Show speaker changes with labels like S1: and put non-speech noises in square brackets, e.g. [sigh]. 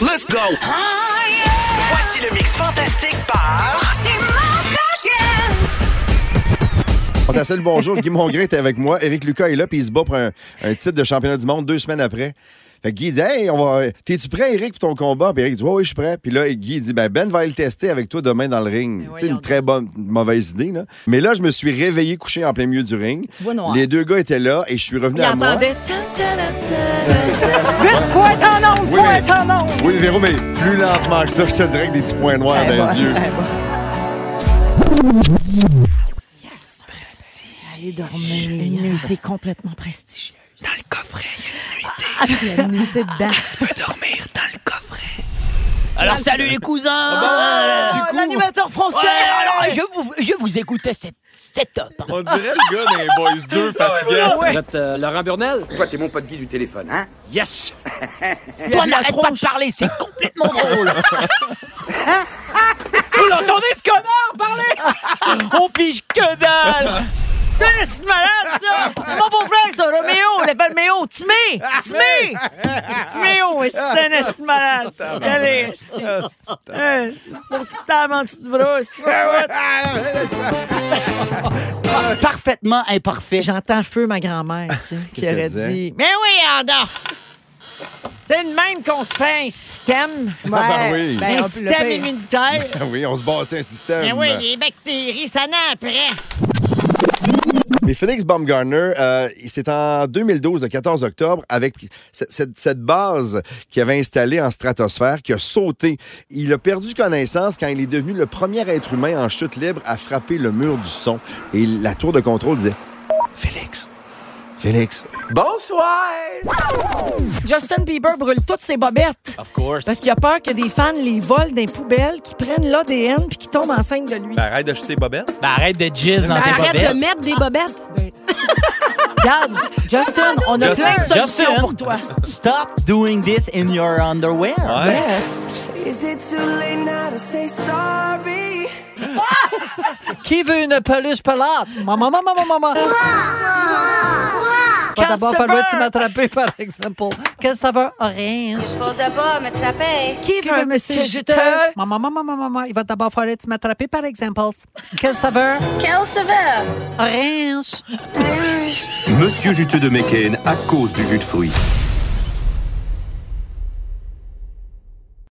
S1: Let's go!
S2: Voici le mix fantastique par...
S3: On t'a salué le bonjour. Guy Mongrain était avec moi. Éric Lucas est là, puis il se bat pour un, un titre de championnat du monde deux semaines après. Fait que Guy dit Hey, on va. T'es-tu prêt, Eric, pour ton combat? Puis Eric dit Ouais, oui, je suis prêt. Puis là, Guy dit Ben, Ben va aller le tester avec toi demain dans le ring. Tu sais, une très bonne, une mauvaise idée, là. Mais là, je me suis réveillé couché en plein milieu du ring.
S4: vois noir.
S3: Les deux gars étaient là et je suis revenu
S4: Il
S3: à moi.
S4: entendait. Tan, tan,
S5: Euh,
S4: tan, tan. Vite, faut être en onde, faut
S3: Oui, mais-
S4: être en onde.
S3: Oui, Véro, mais plus lentement que ça, je te dirais que des petits points noirs
S4: Eh
S3: dans
S4: ben,
S3: les yeux.
S4: eh ben. Allez dormir. Une nuitée complètement prestigieuse. Dans le coffret, il y a une nuitée. Ah, il y a une nuitée dedans.
S6: Alors salut les cousins
S4: Ah, L'animateur français.
S6: Ouais, alors, je, vous, je vous écoutais cette, cette top.
S7: On dirait le gars d'un Boys 2 fatiguant.
S4: [laughs] Ouais.
S8: Vous êtes euh, Laurent Burnel?
S9: Toi, t'es mon pote Guy du téléphone, hein
S8: Yes!
S6: Toi,
S4: la
S6: n'arrête pas de
S4: tronche.
S6: parler, c'est complètement drôle. vous l'entendez, ce connard, parler On pige que dalle
S4: Putain, c'est malade, ça! Mon beau-frère, ça, Roméo, il l'appelle Méo. Timé! Timé! Timéo, c'est un esti malade, ça. Allez, esti.
S3: Ah,
S4: Euh, c'est Pour tout le temps en dessous du bras, esti.
S3: Ah
S6: Parfaitement imparfait.
S4: J'entends feu ma grand-mère, tu sais, qui
S3: qu'elle
S4: aurait
S3: disait?
S4: dit. Mais oui, Anda! C'est de même qu'on se fait un système.
S3: ben oui.
S4: Un
S3: Ben,
S4: système immunitaire.
S3: Ah oui, on se bâtit un système.
S4: Mais Eh oui, les bactéries, ça naît après.
S3: Mais Félix Baumgartner, euh, il- c'est en 2012, le 14 octobre, avec c- cette, cette base qu'il avait installée en stratosphère, qui a sauté. Il a perdu connaissance quand il est devenu le premier être humain en chute libre à frapper le mur du son. Et la tour de contrôle disait Félix, Félix.
S7: Bonsoir!
S5: Justin Bieber brûle toutes ses bobettes
S7: Of course.
S5: parce qu'il a peur que des fans les volent des poubelles, qui prennent l'ADN puis qui tombent enceinte de lui.
S7: Ben, arrête d'acheter Bobette.
S6: Bah, arrête de jizz dans tes
S5: Ben, Arrête
S6: bobettes.
S5: de mettre des bobettes. [laughs] Regarde, Justin, on a
S7: Justin,
S5: plein de solutions
S6: Justin.
S5: pour toi.
S6: Stop doing this in your underwear.
S7: Ouais.
S6: [laughs] Qui veut une peluche pelade? Maman, maman, maman, maman.
S4: Pas d'abord falloir-tu
S6: m'attraper, par exemple. Quelle saveur orange?
S5: Qui veut monsieur juteux?
S6: Maman, maman, maman, maman, il va d'abord falloir tu m'attraper, par exemple. Quelle saveur?
S10: Quelle saveur?
S6: Orange.
S10: Orange.
S9: Monsieur juteux de Mécaine à cause du jus de fruits.